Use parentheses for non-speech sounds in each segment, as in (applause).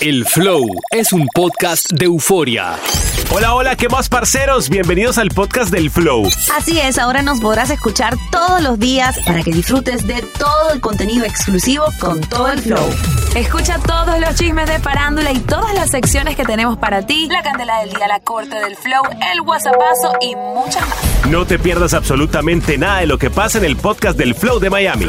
El Flow es un podcast de euforia. Hola, hola, ¿qué más, parceros? Bienvenidos al podcast del Flow. Así es, ahora nos podrás escuchar todos los días para que disfrutes de todo el contenido exclusivo con todo el flow. Escucha todos los chismes de farándula y todas las secciones que tenemos para ti. La candela del día, la corte del flow, el whatsappazo y muchas más. No te pierdas absolutamente nada de lo que pasa en el podcast del Flow de Miami.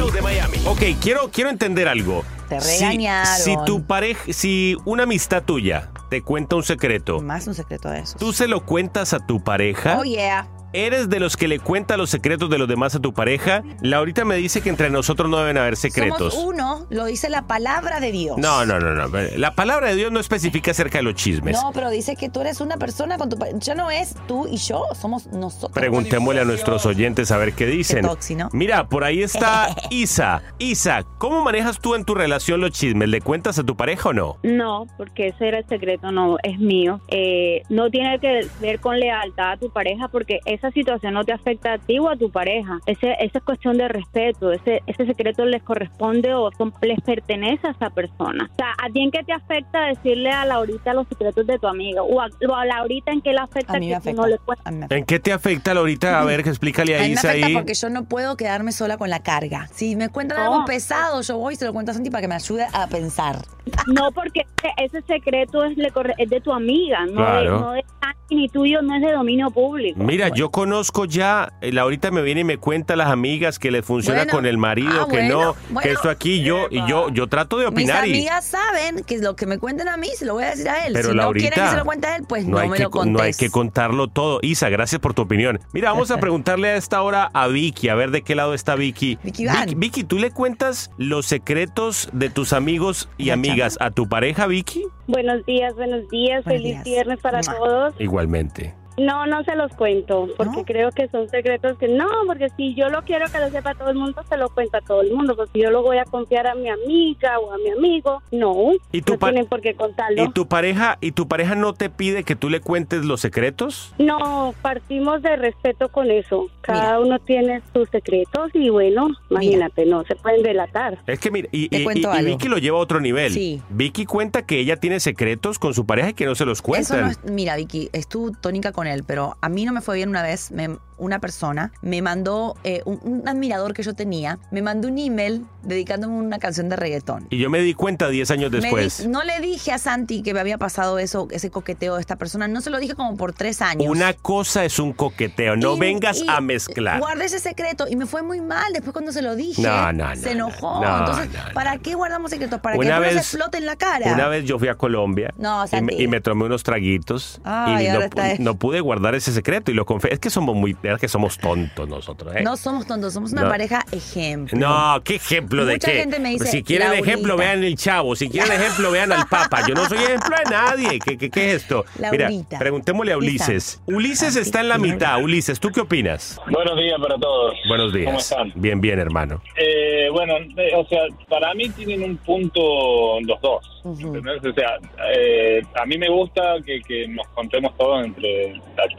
Ok, quiero, quiero entender algo. Te Si- regañaron. Si, tu pareja, si una amistad tuya te cuenta un secreto, Más un secreto de esos. tú se lo cuentas a tu pareja. Oh, yeah. ¿Eres de los que le cuenta los secretos de los demás a tu pareja? Laurita me dice que entre nosotros no deben haber secretos. Somos uno, lo dice la palabra de Dios. No, no, no, no. La palabra de Dios no especifica acerca de los chismes. No, pero dice que tú eres una persona con tu... pa- Ya no es tú y yo, somos nosotros. Preguntémosle a nuestros oyentes a ver qué dicen. Qué toxi, ¿no? Mira, por ahí (laughs) está Isa. Isa, ¿cómo manejas tú en tu relación los chismes? ¿Le cuentas a tu pareja o no? No, porque ese era el secreto, no es mío. Eh, no tiene que ver con lealtad a tu pareja, porque esa situación no te afecta a ti o a tu pareja. Ese, esa es cuestión de respeto. Ese, ese secreto les corresponde o son- les pertenece a esa persona. O sea, ¿a ti en qué te afecta decirle a Laurita los secretos de tu amiga? ¿O a, o a Laurita en qué le afecta A mí que me tú afecta. no le cuentes? A mí me afecta. ¿En qué te afecta, Laurita? A ver, que explícale (laughs) A a mí me Isa afecta ahí. porque yo no puedo quedarme sola con la carga. Si me cuentan No. algo pesado, yo voy y se lo cuento a Santi para que me ayude a pensar. No, porque ese- ese secreto es, le corre- es de tu amiga, no, Claro. de, no de Santi ni tuyo, no es de dominio público. Mira, yo conozco ya, eh, Laurita me viene y me cuenta las amigas que le funciona Bueno. con el marido, Ah, que no, bueno, bueno. que esto aquí, yo, y yo, yo trato de Mis opinar y. amigas saben que lo que me cuenten a mí se lo voy a decir a él. Pero si Laurita, no quiere que se lo cuente a él, pues no, hay me que, lo contes. no hay que contarlo todo. Isa, gracias por tu opinión. Mira, vamos a preguntarle a esta hora a Vicky, a ver de qué lado está Vicky. Vicky Van. Vicky, Vicky, ¿tú le cuentas los secretos de tus amigos y Una amigas a tu pareja, Vicky? Buenos días, buenos días, Buenos feliz días. viernes para Mua. todos. Igualmente. No, no se los cuento, porque ¿No? creo que son secretos que no, porque si yo lo quiero que lo sepa todo el mundo, se lo cuenta a todo el mundo, porque yo lo voy a confiar a mi amiga o a mi amigo, no, ¿Y tu no pa- tienen por qué contarlo. ¿Y tu pareja y tu pareja no te pide que tú le cuentes los secretos? No, partimos de respeto con eso, cada uno tiene sus secretos y bueno, imagínate, no se pueden delatar. Es que mira, y, Te y- cuento y- y algo. Vicky lo lleva a otro nivel. Sí. Vicky cuenta que ella tiene secretos con su pareja y que no se los Eso cuentan. no es- mira, Vicky, es tu tónica con él, pero a mí no me fue bien una vez. me- una persona me mandó, eh, un, un admirador que yo tenía, me mandó un email dedicándome una canción de reggaetón. Y yo me di cuenta 10 años Me después. di- no le dije a Santi que me había pasado eso, ese coqueteo de esta persona. No se lo dije como por tres años. Una cosa es un coqueteo, no Y- vengas y a mezclar. Guardé ese secreto y me fue muy mal después cuando se lo dije. No, no, no, Se enojó. no, Entonces, no, no, ¿para qué guardamos secretos? Para Una que no vez- nos explote en la cara. Una vez yo fui a Colombia No, y, me, Santi. y me tomé unos traguitos Ay, y no, ahora está- no pude guardar ese secreto y lo confesé. Es que somos muy verdad que somos tontos nosotros, ¿eh? No somos tontos, somos una No. pareja ejemplo. No, qué ejemplo de Mucha qué. gente me dice, si quieren Laurita. ejemplo, vean el chavo. Si (laughs) quieren ejemplo, vean al papa. Yo no soy ejemplo de nadie. ¿Qué, qué- qué es esto? Laurita. Mira, preguntémosle a Ulises. Ulises está en la mitad. Ulises, ¿tú qué opinas? Buenos días para todos. Buenos días. ¿Cómo están? Bien, bien, hermano. Eh, bueno, eh, o sea, para mí tienen un punto los dos. ¿entendés? O sea, eh, a mí me gusta que, que nos contemos todo entre,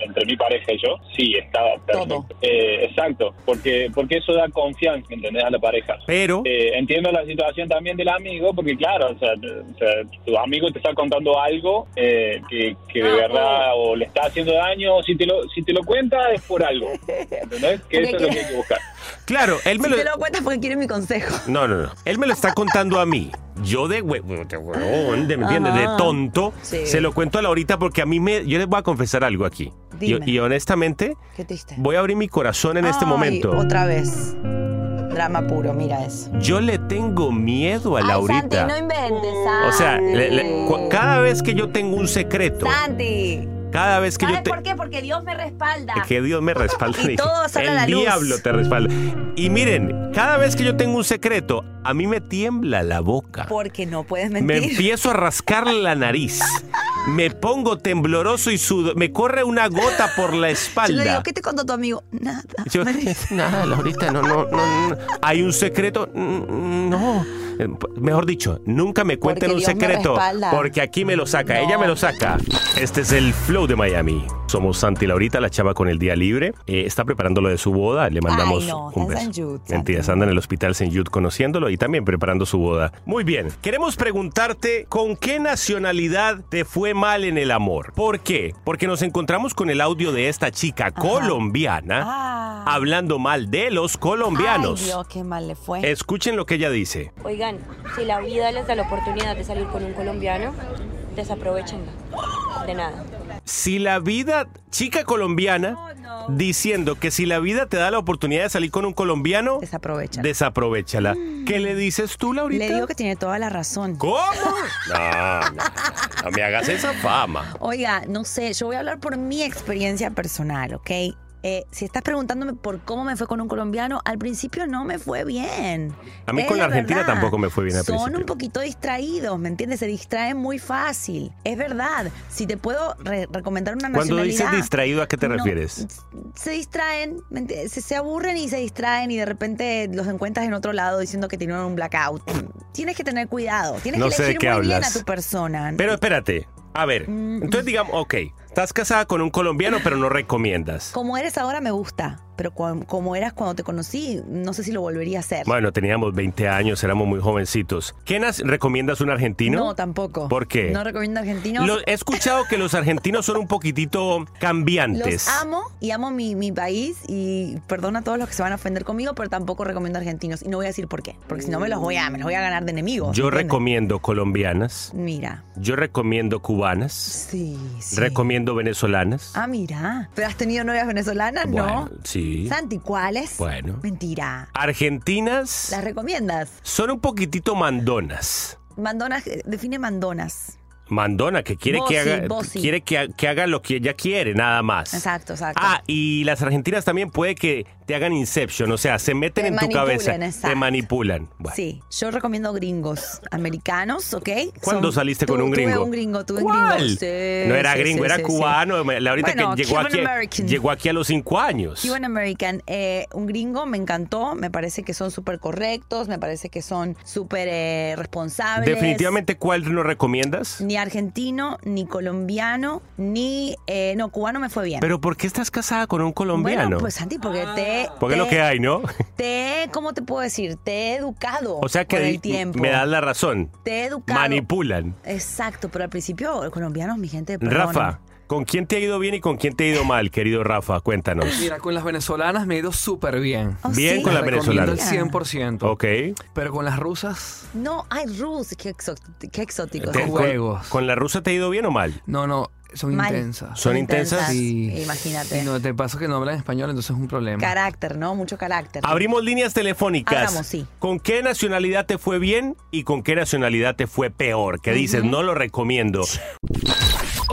entre mi pareja y yo. Sí, está perfecto. Eh, exacto, porque porque eso da confianza, ¿entendés? A la pareja. Pero- Eh, entiendo la situación también del amigo, porque claro, o sea, t- o sea, tu amigo te está contando algo eh, que, que de verdad o le está haciendo daño, o si te lo, si te lo cuenta es por algo. ¿Entendés? Que Porque eso es lo quiere- que hay que buscar. Claro, él me Si lo. te lo cuentas porque quiere mi consejo. No, no, no. Él me lo está contando a mí. Yo de hue- de huevón, de, ¿me entiendes? De Ajá. tonto. Sí. Se lo cuento a Laurita porque a mí me. Yo les voy a confesar algo aquí. Y- Dime. y honestamente, Qué triste. voy a abrir mi corazón en este Ay, momento. Otra vez. Drama puro, mira eso. Yo le tengo miedo a Santi, no Laurita. inventes, O sea, Santi. le- le- cu- cada vez que yo tengo un secreto, Santi. cada vez que yo ¿Sabes te- por qué? Porque Dios me respalda. que Dios me respalda, Y dije, todo sale a la el luz. diablo te respalda. Y miren, cada vez que yo tengo un secreto, a mí me tiembla la boca. Porque no puedes Me mentir. empiezo a rascar la nariz. Me pongo tembloroso y sudo. Me corre una gota por la Yo le espalda. digo, ¿qué te contó tu amigo? Nada. (laughs) Yo, nada, Laurita, no, no, no, no. Hay un secreto. Mm, No. Eh, Mejor dicho, nunca me cuenten Porque un Dios me secreto. respalda. Porque aquí me lo saca, ella me lo saca. Este es el flow de Miami. Somos Santi y Laurita, la chava con el día libre. Eh, está preparando lo de su boda. Le mandamos Ay, no, un está beso. en San Jude, Mentira, anda en el hospital St. Jude conociéndolo y también preparando su boda. Muy bien, queremos preguntarte con qué nacionalidad te fue mal en el amor. ¿Por qué? Porque nos encontramos con el audio de esta chica colombiana hablando mal de los colombianos. Ay, Dios, qué mal le fue. Escuchen lo que ella dice. Oigan, si la vida les da la oportunidad de salir con un colombiano, desaprovechenla. De nada. Si la vida, chica colombiana, diciendo que si la vida te da la oportunidad de salir con un colombiano, desaprovechala. Desaprovechala. ¿Qué le dices tú, Laurita? Le digo que tiene toda la razón. ¿Cómo? No, no, no, no me hagas esa fama. Oiga, no sé, yo voy a hablar por mi experiencia personal, ¿ok? Eh, si estás preguntándome por cómo me fue con un colombiano, al principio no me fue bien. A mí Es con la Argentina verdad. tampoco me fue bien al Son principio. un poquito distraídos, ¿me entiendes? Se distraen muy fácil. Es verdad. Si te puedo re- recomendar una Cuando nacionalidad... dices distraído, ¿a qué te no, refieres? se distraen, ¿me entiendes? se, se aburren y se distraen y de repente los encuentras en otro lado diciendo que tienen un blackout. Tienes que tener cuidado, tienes No que sé de elegir qué muy bien a hablas. tu persona. Pero espérate, a ver, entonces digamos, ok, estás casada con un colombiano, pero no recomiendas. Como eres ahora me gusta, pero cuan- como eras cuando te conocí, no sé si lo volvería a hacer. Bueno, teníamos 20 años, éramos muy jovencitos. ¿Qué nas- recomiendas un argentino? No, tampoco. ¿Por qué? No recomiendo argentinos. Lo- he escuchado que los argentinos son un poquitito cambiantes. Los amo y amo mi, mi país y perdona a todos los que se van a ofender conmigo, pero tampoco recomiendo argentinos. Y no voy a decir por qué, porque si no me los voy a, me los voy a ganar de enemigos. Yo ¿entiendes? recomiendo colombianas, Mira. yo recomiendo cubanas, Sí, sí. recomiendo venezolanas. Ah, mira. ¿Pero has tenido novias venezolanas? Bueno, Ah, no. sí. Santi, ¿cuáles? Bueno. Mentira. Argentinas ¿Las recomiendas? son un poquitito mandonas. Mandonas, eh, define mandonas. Mandona, que quiere, Vos que, sí, haga, vos sí. quiere que, ha- que haga lo que ella quiere, nada más. Exacto, exacto. Ah, y las argentinas también puede que te hagan inception, o sea, se meten Te en tu manipulan, cabeza, te exacto. manipulan. Bueno. Sí, yo recomiendo gringos, americanos, ¿ok? ¿Cuándo Son- saliste con Tu- un gringo? Tuve un gringo, tuve un ¿Cuál? gringo. Sí, no era sí, gringo, sí, era sí, sí. cubano. La ahorita Bueno, que llegó Cuban aquí, American. llegó aquí a los cinco años. Cuban American, eh, un gringo, me encantó, me parece que son súper correctos, me parece que son súper eh, responsables. Definitivamente, ¿cuál nos recomiendas? Ni argentino, ni colombiano, ni... eh, no, cubano me fue bien. Pero ¿por qué estás casada con un colombiano? Bueno, pues Santi, porque te... Porque es te- lo que hay, ¿no? Te, ¿cómo te puedo decir? Te he educado (laughs) O sea que con di- el tiempo. me das la razón. Te he educado. Manipulan. Exacto, pero al principio, los colombianos, mi gente... Eh, perdóname. Rafa, ¿con quién te ha ido bien y con quién te ha ido mal, querido Rafa? Cuéntanos. Mira, con las venezolanas me he ido súper bien. Oh, Bien con las Recomiendo venezolanas. el 100%. Ok. Pero con las rusas, No, hay rules, qué, exóticos. Te- con, Juegos. con la rusa te ha ido bien o mal? no, no. son Mal. intensas. Son intensas. Sí. Imagínate. Y no, te paso que no hablan español, entonces es un problema. Carácter, ¿no? Mucho carácter. Abrimos líneas telefónicas. Abramos, sí. ¿Con qué nacionalidad te fue bien y con qué nacionalidad te fue peor? Que dices, no lo recomiendo.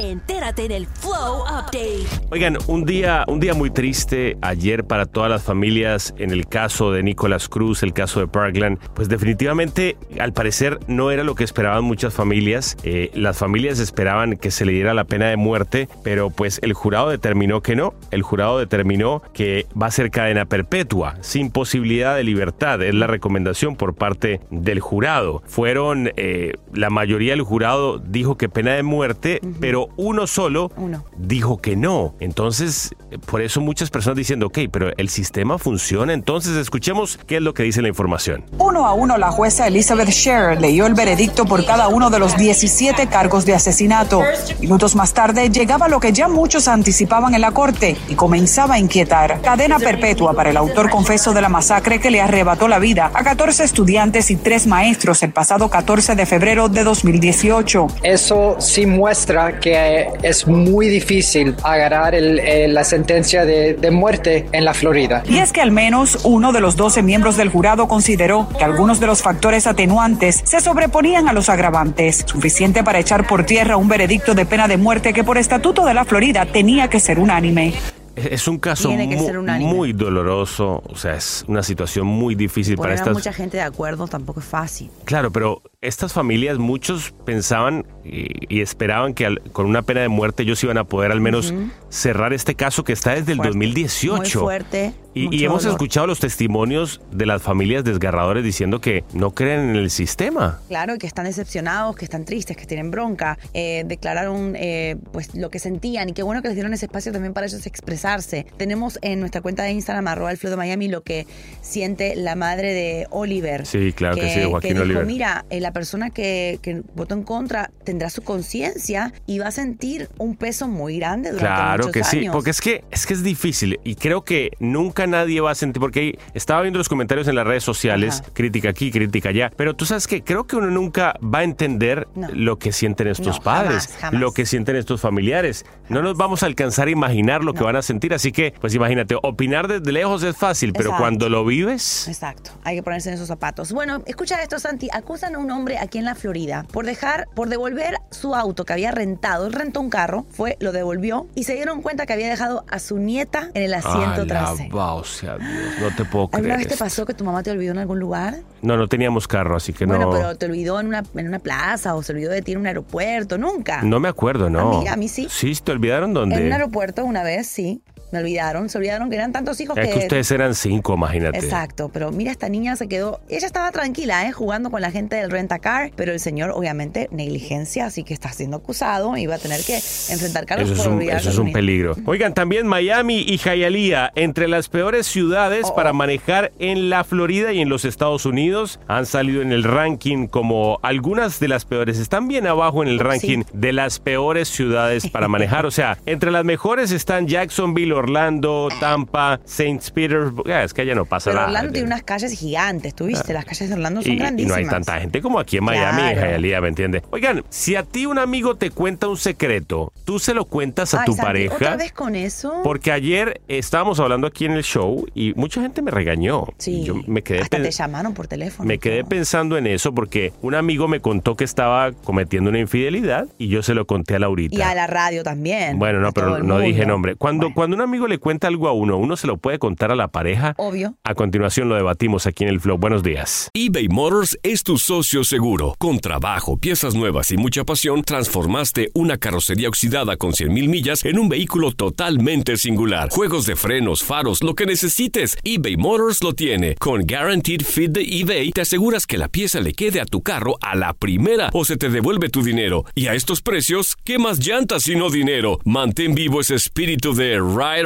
Entérate en el Flow Update. Oigan, un día, un día muy triste ayer para todas las familias en el caso de Nicolás Cruz, el caso de Parkland. Pues definitivamente, al parecer, no era lo que esperaban muchas familias. Eh, las familias esperaban que se le diera la pena de muerte, pero pues el jurado determinó que no. El jurado determinó que va a ser cadena perpetua, sin posibilidad de libertad. Es la recomendación por parte del jurado. Fueron, eh, la mayoría del jurado dijo que pena de muerte, pero uno solo Uno. dijo que no. Entonces, eh, por eso muchas personas diciendo, ok, pero el sistema funciona. Entonces, escuchemos qué es lo que dice la información. Uno a uno, la jueza Elizabeth Scherer leyó el veredicto por cada uno de los 17 cargos de asesinato. Minutos más tarde llegaba lo que ya muchos anticipaban en la corte y comenzaba a inquietar. Cadena perpetua para el autor confeso de la masacre que le arrebató la vida a 14 estudiantes y tres maestros el pasado 14 de febrero de 2018. Eso sí muestra que eh, es muy difícil agarrar el- eh, la sentencia de, de muerte en la Florida. Y es que al menos uno de los 12 miembros del jurado consideró que algunos de los factores atenuantes se sobreponían a los agravantes, suficiente para echar por tierra un veredicto de pena de muerte que por estatuto de la Florida tenía que ser unánime. Es es un caso Tiene que mu- ser muy, unánime. doloroso, o sea, es una situación muy difícil para Poner a estas... mucha gente de acuerdo tampoco es fácil. Claro, pero estas familias, muchos pensaban y, y esperaban que al- con una pena de muerte ellos iban a poder al menos Ujú. cerrar este caso que está desde el 2018. Muy fuerte. Y, y mucho hemos dolor. escuchado los testimonios de las familias desgarradores diciendo que no creen en el sistema. Claro, y que están decepcionados, que están tristes, que tienen bronca. Eh, declararon eh, pues lo que sentían y qué bueno que les dieron ese espacio también para ellos expresarse. Tenemos en nuestra cuenta de Instagram, arroba el Flow de Miami, lo que siente la madre de Oliver. Sí, claro que sí, de Joaquín dijo, Oliver. Mira, eh, la persona que, que votó en contra tendrá su conciencia y va a sentir un peso muy grande durante Claro muchos que sí, años". porque es que es que es difícil y creo que nunca nadie va a sentir porque ahí estaba viendo los comentarios en las redes sociales, crítica aquí, crítica allá, pero tú sabes que creo que uno nunca va a entender lo que sienten estos No, padres, jamás, jamás. lo que sienten estos familiares. No nos vamos a alcanzar a imaginar lo que van a sentir, así que pues imagínate, opinar desde lejos es fácil, pero Exacto. cuando lo vives Exacto, hay que ponerse en esos zapatos. Bueno, escucha esto, Santi. Acusan a un hombre aquí en la Florida por dejar, por devolver su auto que había rentado. Él rentó un carro, fue, lo devolvió y se dieron cuenta que había dejado a su nieta en el asiento trasero. Alabado sea Dios, no te puedo ¿Alguna creer. vez te esto. pasó que tu mamá te olvidó en algún lugar? No, no teníamos carro, así que Bueno, no pero te olvidó en una, en una plaza o se olvidó de ti en un aeropuerto, nunca. no me acuerdo, no. Ah, mira, a mí sí. Sí, te olvidaron En un dónde. aeropuerto una vez, sí. Me olvidaron, se olvidaron que eran tantos hijos Es que ustedes eran cinco, imagínate. Exacto, pero mira, esta niña se quedó, ella estaba tranquila, ¿eh? jugando con la gente del rentacar, pero el señor obviamente negligencia, así que está siendo acusado y va a tener que enfrentar cargos Eso es por un, olvidar eso a es su un niño. peligro. Oigan, también Miami y Hialeah, entre las peores Oh, ciudades para manejar en la Florida y en los Estados Unidos, han salido en el ranking como algunas de las peores. Están bien abajo en el ranking de las peores ciudades para manejar. O (laughs) sea, entre las mejores están Jacksonville, Orlando, Tampa, St. Petersburg. Ah, Es que allá no pasa Pero nada. Orlando tiene unas calles gigantes, ¿tú viste? Las calles de Orlando son Y- y, no grandísimas. hay tanta gente como aquí en Miami y en Claro. Hialeah, ¿me entiendes? Oigan, si a ti un amigo te cuenta un secreto, tú se lo cuentas a Ay, tu Santi, pareja. Ah, ¿Otra vez con eso? Porque ayer estábamos hablando aquí en el show y mucha gente me regañó. Y Yo me quedé, Hasta pen- te llamaron por teléfono. me quedé pensando en eso porque un amigo me contó que estaba cometiendo una infidelidad y yo se lo conté a Laurita. Y a la radio también. bueno, a no, todo pero el no dije mundo. nombre. Cuando, cuando un amigo le cuenta algo a uno, uno se lo puede contar a la pareja. Obvio. A continuación lo debatimos aquí en el Flow. Buenos días. eBay Motors es tu socio seguro. Con trabajo, piezas nuevas y mucha pasión, transformaste una carrocería oxidada con 100.000 millas en un vehículo totalmente singular. Juegos de frenos, faros, lo que necesites, eBay Motors lo tiene. Con Guaranteed Fit de eBay, te aseguras que la pieza le quede a tu carro a la primera o se te devuelve tu dinero. Y a estos precios, ¿qué más llantas y no dinero? Mantén vivo ese espíritu de Ride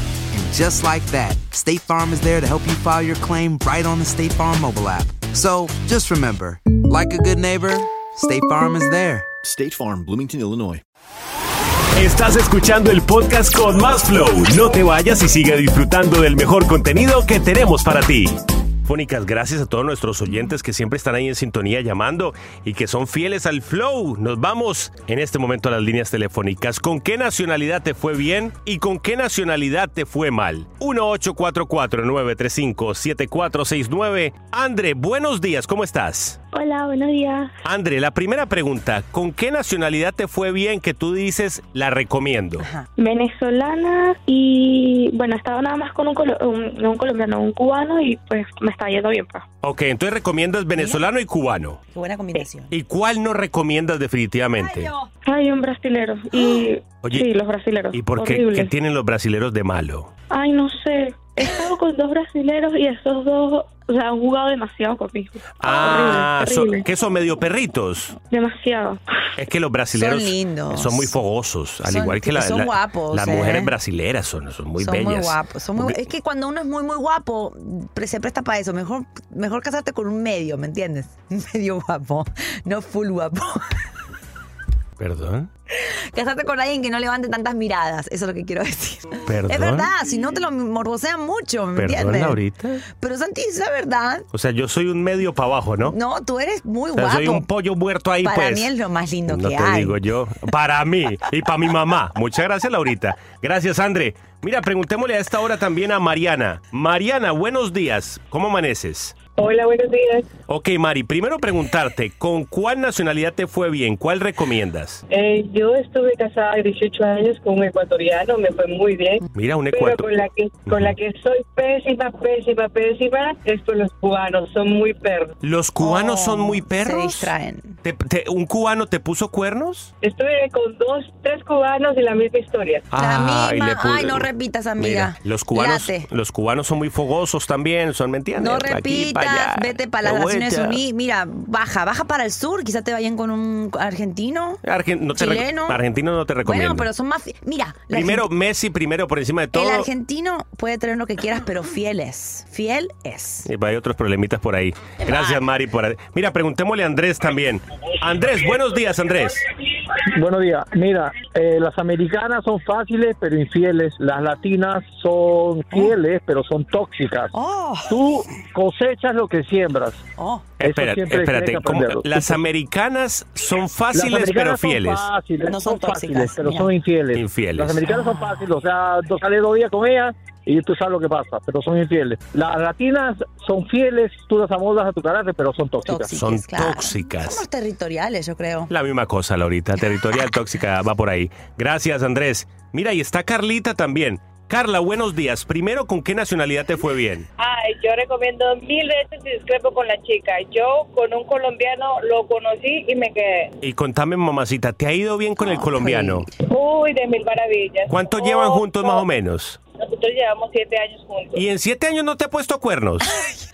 just like that, State Farm is there to help you file your claim right on the State Farm mobile app. So just remember, like a good neighbor, State Farm is there. State Farm, Bloomington, Illinois. Estás escuchando el podcast con más flow. No te vayas y sigue disfrutando del mejor contenido que tenemos para ti. Fónicas, gracias a todos nuestros oyentes que siempre están ahí en sintonía llamando y que son fieles al flow. Nos vamos en este momento a las líneas telefónicas. ¿Con qué nacionalidad te fue bien y con qué nacionalidad te fue mal? 1-844-935-7469. André, buenos días, ¿cómo estás? Hola, buenos días. André, la primera pregunta, ¿con qué nacionalidad te fue bien que tú dices la recomiendo? Venezolana y bueno, estaba nada más con un, colo- un- no un colombiano, un cubano y pues me está yendo bien. Pues. Ok, entonces recomiendas venezolano y cubano. Qué buena combinación. ¿Y cuál no recomiendas definitivamente? Ay, un brasilero. Y (gasps) Oye, sí, los brasileros. ¿Y por qué, Horrible. qué tienen los brasileros de malo? Ay, no sé. He estado con dos brasileros y esos dos, o sea, han jugado demasiado conmigo. Ah, horrible, so- horrible. que son medio perritos. Demasiado. Es que los brasileros Son lindos. son muy fogosos, al Son- igual que la- son la- guapos, las ¿eh? mujeres brasileras son, son muy son bellas. muy guapos. son muy- es que cuando uno es muy, muy guapo, pre- se presta para eso. Mejor, mejor casarte con un medio, ¿me entiendes? (laughs) Un medio guapo, no full guapo. Perdón. casarte con alguien que no levante tantas miradas, eso es lo que quiero decir. Perdón. Es verdad, si no te lo morbosean mucho, ¿me Perdón, entiendes? Laurita. Pero Santi, es la verdad. O sea, yo soy un medio para abajo, ¿no? No, tú eres muy O sea, guapo. soy un pollo muerto ahí, Para pues. mí es lo más lindo No que te hay. digo yo. Para mí y para mi mamá. Muchas gracias, Laurita. Gracias, André. Mira, preguntémosle a esta hora también a Mariana. Mariana, buenos días. ¿Cómo amaneces? Hola, buenos días. Ok, Mari, primero preguntarte, ¿con cuál nacionalidad te fue bien? ¿Cuál recomiendas? Eh, yo estuve casada 18 años con un ecuatoriano, me fue muy bien. Mira, un Pero ecuator. con la que con la que soy pésima, pésima, pésima es con los cubanos, son muy perros. ¿Los cubanos son muy perros? Oh, distraen. ¿Te- te- ¿Un cubano te puso cuernos? Estuve con dos, tres cubanos y la misma historia. Ay, Ah, le pu- Ay, no repitas, amiga. Mira, los cubanos, Late. los cubanos son muy fogosos también, son mentiras. No repitas, vete para las Naciones Unidas. Mira, baja, baja para el sur. Quizás te vayan con un argentino. no te Chileno. recomiendo. Argentino no te recomiendo. Bueno, pero son más. fi- Mira, la primero gente- Messi, primero por encima de todo. el argentino puede tener lo que quieras, pero fiel es. Fiel es. Y pues hay otros problemitas por ahí. Gracias, Mari. Por... Mira, preguntémosle a Andrés también. Andrés, buenos días, Andrés. Buenos días. Mira, eh, las americanas son fáciles pero infieles. Las latinas son fieles pero son tóxicas. Tú cosechas lo que siembras. Eso Espérate, siempre hay que espérate. ¿cómo? aprenderlo. Las americanas son fáciles Las pero americanas son fieles. fáciles, No son son fáciles, tóxicas, pero mira. son infieles. Infieles. Las americanas son fáciles, o sea, tú sales dos días con ellas y tú sabes lo que pasa, pero son infieles. Las latinas son fieles, tú las amoldas a tu carácter, pero son tóxicas. son tóxicas. Somos territoriales, yo creo. La misma cosa, Laurita. (laughs) Territorial tóxica va por ahí. Gracias, Andrés. Mira, y está Carlita también. Carla, buenos días. Primero, ¿con qué nacionalidad te fue bien? Ay, yo recomiendo mil veces y discrepo con la chica. Yo con un colombiano lo conocí y me quedé. Y contame, mamacita, ¿te ha ido bien con el colombiano? Uy, de mil maravillas. ¿Cuánto Oh, llevan juntos más o menos? Nosotros llevamos siete años juntos. Y en siete años no te he puesto (laughs) cuernos.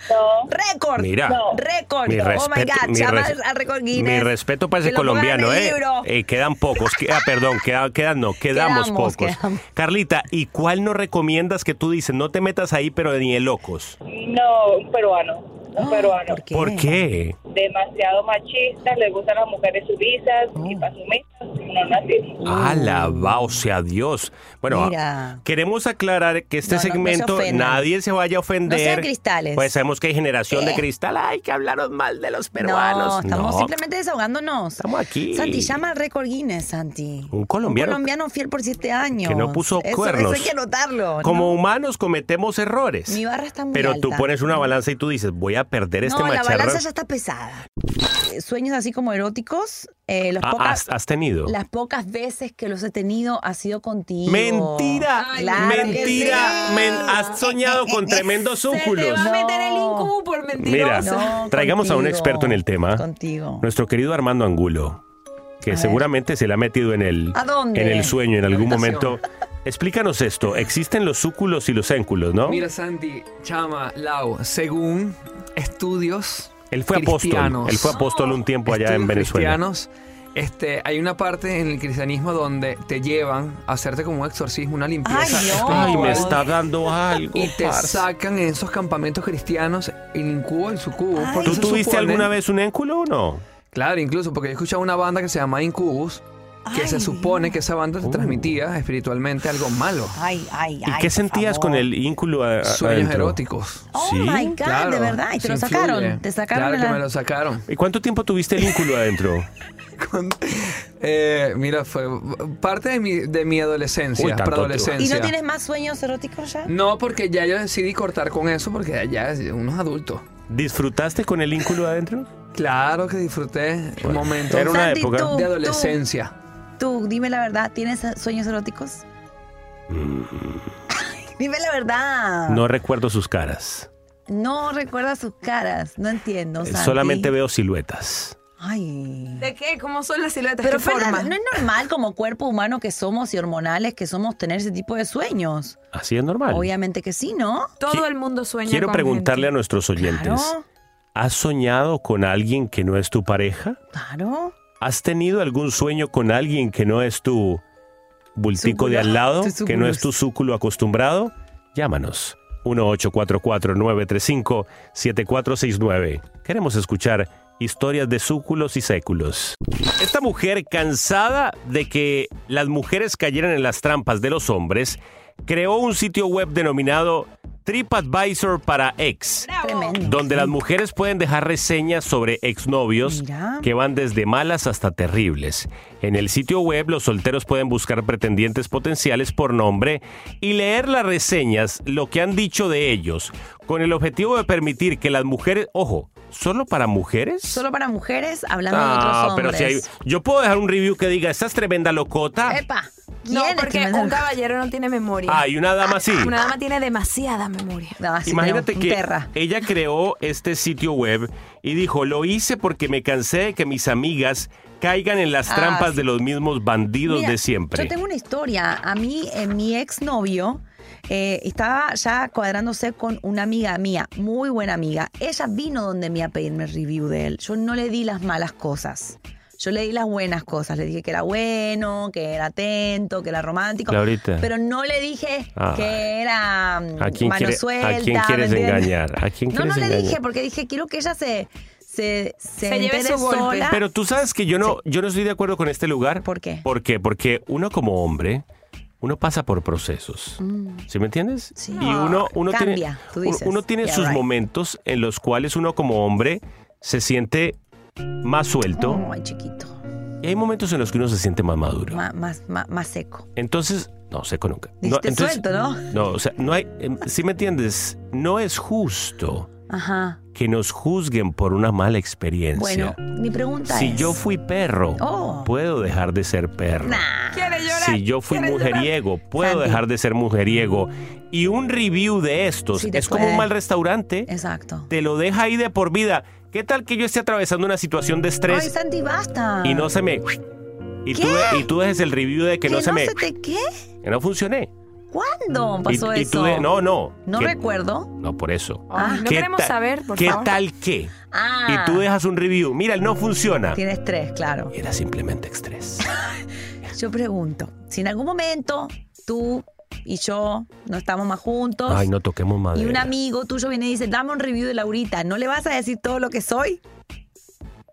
No. ¡Récord! Mira, No. ¡Récord! mi ¡Oh, my respeto- God! mi Llama res- al récord Guinness. Mi respeto para Que ese lo pongan en colombiano, el ¿eh? libro. Eh, Quedan pocos. que- ah, perdón, queda- quedan no, quedamos, Quedamos, pocos. quedamos. Carlita, ¿y cuál nos recomiendas que tú dices? No te metas ahí, pero ni de locos. No, un peruano. Un peruano. ¿Por qué? Demasiado machista, le gustan las mujeres suizas y pasumistas. No nacimos. Uh. Alaba, o sea, Dios. Ah, Bueno, Mira. queremos aclarar que este No, no, no se segmento ofendan. nadie se vaya a ofender. sean cristales. Pues sabemos que hay generación de Eh. cristal. Ay, que hablaron mal de los No, peruanos. estamos No, simplemente desahogándonos. Estamos aquí. Santi, llama al récord Guinness, Santi. Un Un colombiano. colombiano fiel por siete años. que no puso Eso- cuernos. Eso hay que anotarlo. Como ¿no? humanos cometemos errores. Mi barra está muy Pero tú alta. pones una balanza y tú dices, voy a perder este no, la macharrán. balanza ya está pesada. Eh, Sueños así como eróticos, eh, los Ah, pocas- has- has tenido. Las las pocas veces que los he tenido ha sido contigo. Mentira, Claro que mentira. sí. men- has soñado (laughs) con tremendos súculos. Va a meter el incubo por Mira, mentiroso. traigamos a un contigo, experto en el tema. contigo. Nuestro querido Armando Angulo, que seguramente se le ha metido en el, ¿A dónde? en el sueño en algún habitación. momento. Explícanos esto. Existen los súculos y los énculos, ¿no? Mira, Santi, Chama, Lau, según estudios Él fue apóstol. cristianos, Él fue apóstol un tiempo allá en estudios Venezuela. cristianos, este, hay una parte en el cristianismo donde te llevan a hacerte como un exorcismo, una limpieza. espiritual. Ay, me está dando algo. Y te parce. sacan en esos campamentos cristianos el incubo, el sucubo. porque ¿Tú se tuviste supone- alguna vez un énculo o no? Claro, incluso porque yo escuchaba una banda que se llama Incubus, que se supone que esa banda Oh. te transmitía espiritualmente algo malo. Ay, ay, ¿Y qué sentías con el ínculo? a- a- Sueños adentro? eróticos. Oh ¿Sí? my God, de verdad. Y te lo sí sacaron. influye. Te sacaron Claro la- que me lo sacaron. ¿Y cuánto tiempo tuviste el ínculo (laughs) adentro? Eh, mira, fue parte de mi, de mi adolescencia, Uy, tanto ¿Y preadolescencia. no tienes más sueños eróticos ya? No, porque ya yo decidí cortar con eso porque ya es unos adultos. ¿Disfrutaste con el ínculo adentro? Claro que disfruté un momento Era una Santi, época- tú, de tú. adolescencia. Tú, dime la verdad, ¿tienes sueños eróticos? Oh. Dime la verdad. Mm, No recuerdo sus caras. No recuerda sus caras, no entiendo. Santi. Eh, Solamente veo siluetas. Ay. ¿De qué? ¿Cómo son las siluetas? Pero ¿Qué espera, forma? no es normal como cuerpo humano que somos y hormonales que somos tener ese tipo de sueños. Así es normal. Obviamente que sí, ¿no? Todo el mundo sueña Quiero con preguntarle gente. a nuestros oyentes. Claro. ¿Has soñado con alguien que no es tu pareja? Claro. ¿Has tenido algún sueño con alguien que no es tu bultico de al (laughs) lado, Tu que no es tu súculo acostumbrado? Llámanos. 1-844-935-7469. Queremos escuchar historias de súculos y séculos. Esta mujer, cansada de que las mujeres cayeran en las trampas de los hombres, creó un sitio web denominado TripAdvisor para ex Tremendo. donde las mujeres pueden dejar reseñas sobre exnovios que van desde malas hasta terribles. En el sitio web los solteros pueden buscar pretendientes potenciales por nombre y leer las reseñas, lo que han dicho de ellos, con el objetivo de permitir que las mujeres, ojo, solo para mujeres. Solo para mujeres hablando de Ah, otros pero si hay, hombres. yo puedo dejar un review que diga, esta es tremenda locota. Epa. No, porque un caballero no tiene memoria. Ah, y una dama sí. Una dama tiene demasiada memoria. Imagínate que ella creó este sitio web y dijo, lo hice porque me cansé de que mis amigas caigan en las Ah, trampas sí. de los mismos bandidos Mira, de siempre. Yo tengo una historia. A mí, eh, mi exnovio eh, estaba ya cuadrándose con una amiga mía, muy buena amiga. Ella vino donde mí a pedirme review de él. Yo no le di las malas cosas. Yo le di las buenas cosas. Le dije que era bueno, que era atento, que era romántico. Laurita. Pero no le dije Ah. que era mm, ¿A quién, mano quiere- suelta. ¿A quién ¿me quieres entiendes? engañar? ¿A quién No, no quieres le engañar? dije, porque dije, quiero que ella se, se, se, Se lleve entere su golpe. sola. Pero tú sabes que yo no, yo no estoy de acuerdo con este lugar. ¿Por qué? ¿Por qué? Porque uno como hombre, uno pasa por procesos. ¿Sí me entiendes? Y uno, uno Mm. Ah, Cambia, tiene, tú uno- dices. uno tiene Yeah, sus right. momentos en los cuales uno como hombre se siente más suelto. Ay, chiquito. Y hay momentos en los que uno se siente más maduro. Má- Más, más, más seco. Entonces, no, seco nunca. No, Dijiste suelto, ¿no? No, o sea, no hay, em, si me entiendes, no es justo Ajá. que nos juzguen por una mala experiencia. Bueno, mi pregunta si es. yo fui perro, Oh. puedo dejar de ser perro. Nah. Si yo fui mujeriego, puedo dejar de ser mujeriego. Y un review de estos Sí te es como un puede. mal restaurante. Exacto. Te lo deja ahí de por vida. ¿Qué tal que yo esté atravesando una situación de estrés Ay, Santi, basta. y no se me... Y tú, ¿Qué? y tú dejes el review de que, no se me... te qué? Que no funcioné. ¿Cuándo pasó y, y eso? tú de- no, no. No Que- recuerdo. No, por eso. Ah. No ¿Qué queremos ta- saber, por ¿Qué favor. tal qué? Ah. Y tú dejas un review. Mira, él no funciona. Tienes tres, claro. Era simplemente estrés. (laughs) Yo pregunto, si en algún momento tú y yo no estamos más juntos Ay, no toquemos madera. y un amigo tuyo viene y dice, dame un review de Laurita, ¿no le vas a decir todo lo que soy?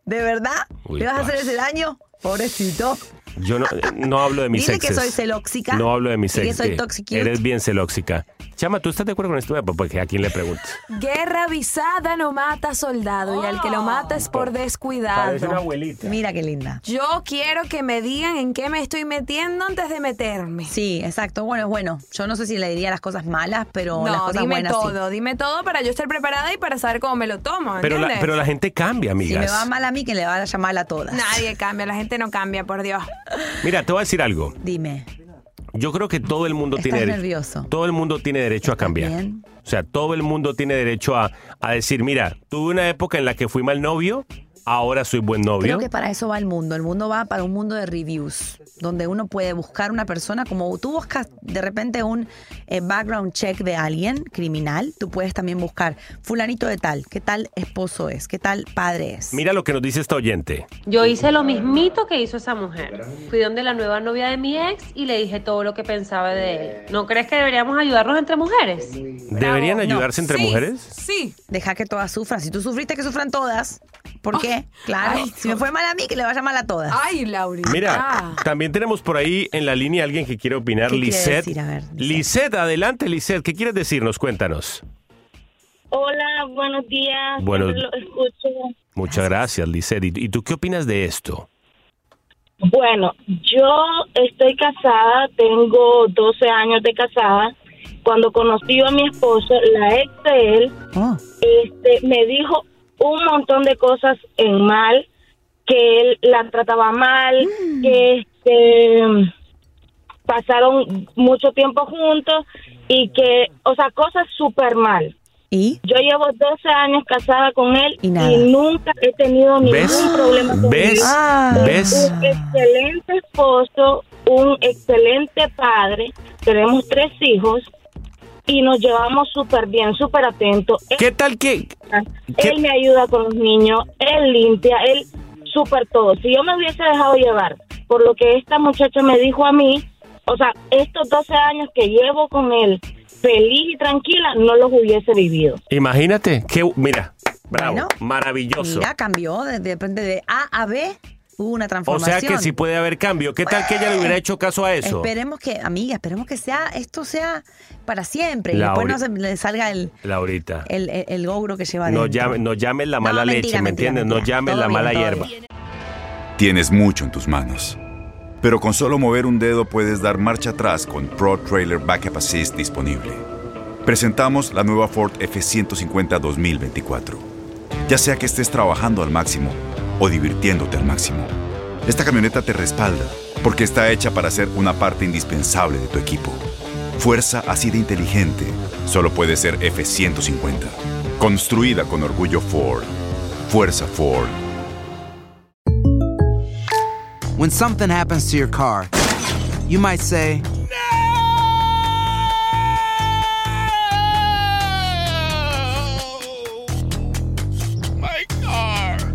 ¿De verdad? Uy, ¿Le vas a hacer parce. ese daño? Pobrecito. Yo no, no hablo de mis Dile que exes. soy celóxica No hablo de mis y que exes. soy toxicute. Eres bien celóxica. Chama, ¿tú estás de acuerdo con esto? Porque a quién le preguntas. Guerra avisada no mata soldado y al que lo mata es por descuidado. Oh. Parece una abuelita. Mira qué linda. Yo quiero que me digan en qué me estoy metiendo antes de meterme. Sí, exacto. Bueno, bueno, yo no sé si le diría las cosas malas, pero las No, cosas dime buenas sí. todo, dime todo para yo estar preparada y para saber cómo me lo tomo. Pero la, ¿entiendes? pero la gente cambia, Si me amigas. va mal a mí, que le va a llamar a todas. Nadie cambia, la gente no cambia, por Dios. Mira, te voy a decir algo. Dime, Yo creo que todo el mundo tiene ¿estás derecho. nervioso? Todo el mundo tiene derecho a cambiar. bien? O sea, todo el mundo tiene derecho a, a decir, mira, tuve una época en la que fui mal novio, ahora soy buen novio. Creo que para eso va el mundo. El mundo va para un mundo de reviews, donde uno puede buscar una persona, como tú buscas de repente un eh, background check de alguien criminal, tú puedes también buscar fulanito de tal, qué tal esposo es, qué tal padre es. Mira lo que nos dice esta oyente. Yo hice lo mismito que hizo esa mujer. Fui donde la nueva novia de mi ex y le dije todo lo que pensaba de él. ¿No crees que deberíamos ayudarnos entre mujeres? ¿Deberían ayudarse entre mujeres? Sí. Deja que todas sufran. Si tú sufriste, que sufran todas. ¿Por qué? Claro. Ay, si me fue mal a mí, que le vaya mal a todas. Ay, Laurita. Mira, también tenemos por ahí en la línea alguien que quiere opinar, Ah. ¿Qué quiere Lisette. decir? A ver, Lisette, adelante, Lisette. ¿Qué quieres decirnos? Cuéntanos. Hola, buenos días. Buenos- Siempre Lo escucho. Muchas gracias, Lisette. ¿Y, y tú qué opinas de esto? Bueno, yo estoy casada, tengo 12 años de casada. Cuando conocí a mi esposo, la ex de él, Ah. este, me dijo un montón de cosas en mal, que él la trataba mal, Mm. que este, pasaron mucho tiempo juntos y que, o sea, cosas súper mal. ¿Y? Yo llevo 12 años casada con él y, nada. nunca he tenido ningún ¿Ves? problema con ¿Ves? él. Ah. ¿Ves? Un excelente esposo, un excelente padre. Tenemos tres hijos y nos llevamos súper bien, súper atentos. ¿Qué tal que...? Él me ayuda con los niños, él limpia, él súper todo. Si yo me hubiese dejado llevar por lo que esta muchacha me dijo a mí, o sea, estos 12 años que llevo con él, feliz y tranquila, no los hubiese vivido. Imagínate. Que, mira, bravo, Bueno, maravilloso. Mira, cambió de, de repente de A a B, hubo una O transformación. sea que sí puede haber cambio. ¿Qué tal que ella le hubiera hecho caso a eso? Esperemos que, amiga, esperemos que sea esto sea para siempre. Laura. Y después no se le salga el, Laurita. el, el- el ogro que lleva No dentro. llames no llames la No, mala mentira, leche, ¿me mentira, entiendes? No mentira. llames Todo la bien, mala todo hierba. Tienes mucho en tus manos. Pero con solo mover un dedo puedes dar marcha atrás con Pro Trailer Backup Assist disponible. Presentamos la nueva Ford F150 2024. Ya sea que estés trabajando al máximo o divirtiéndote al máximo, esta camioneta te respalda porque está hecha para ser una parte indispensable de tu equipo. Fuerza así de inteligente solo puede ser F150. Construida con orgullo Ford. Fuerza Ford. When something happens to your car, you might say, My car.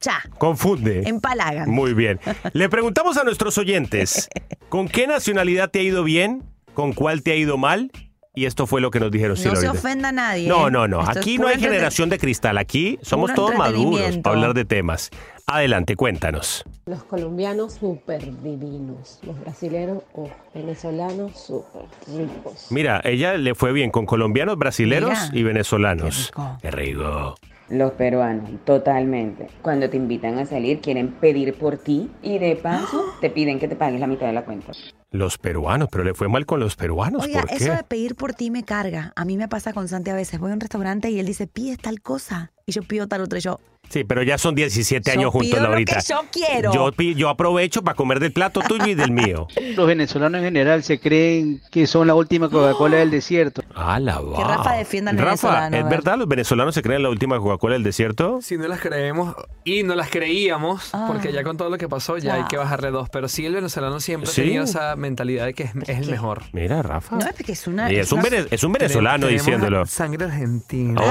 ya, Confunde. empalagan. Muy bien. Le preguntamos a nuestros oyentes, ¿con qué nacionalidad te ha ido bien? ¿Con cuál te ha ido mal? Y esto fue lo que nos dijeron. sí, no se Laurita. ofenda a nadie. No, ¿eh? no, no. Esto es Aquí no puro hay entreten- generación de cristal. Aquí somos puro todos maduros entretenimiento. para hablar de temas. Adelante, cuéntanos. Los colombianos súper divinos, los brasileños o venezolanos súper ricos. Mira, ella le fue bien con colombianos, brasileros Mira. y venezolanos. Qué rico. Los peruanos, totalmente. Cuando te invitan a salir, quieren pedir por ti y de paso te piden que te pagues la mitad de la cuenta. Los peruanos, pero le fue mal con los peruanos. Oiga, ¿Por qué? eso de pedir por ti me carga. A mí me pasa con Santi a veces. Voy a un restaurante y él dice, pides tal cosa. Y yo pido tal otra. Y yo, Sí, pero ya son 17 Yo años juntos, pido lo Laurita. que yo quiero. Yo, pi- yo aprovecho para comer del plato tuyo y del (laughs) mío. Los venezolanos en general se creen que son la última Coca-Cola del desierto. A la va. Que Rafa defienda al Rafa, venezolano, a ¿es ver. verdad los venezolanos se creen la última Coca-Cola del desierto? Si no las creemos y no las creíamos, Ah. porque ya con todo lo que pasó ya hay que bajarle dos. Pero sí, el venezolano siempre Sí. ha tenido esa mentalidad de que es, es el mejor. Mira, Rafa. no, es porque es una... Y es un, una- vene- es un venezolano Tenemos diciéndolo. Oh. Sangre argentina.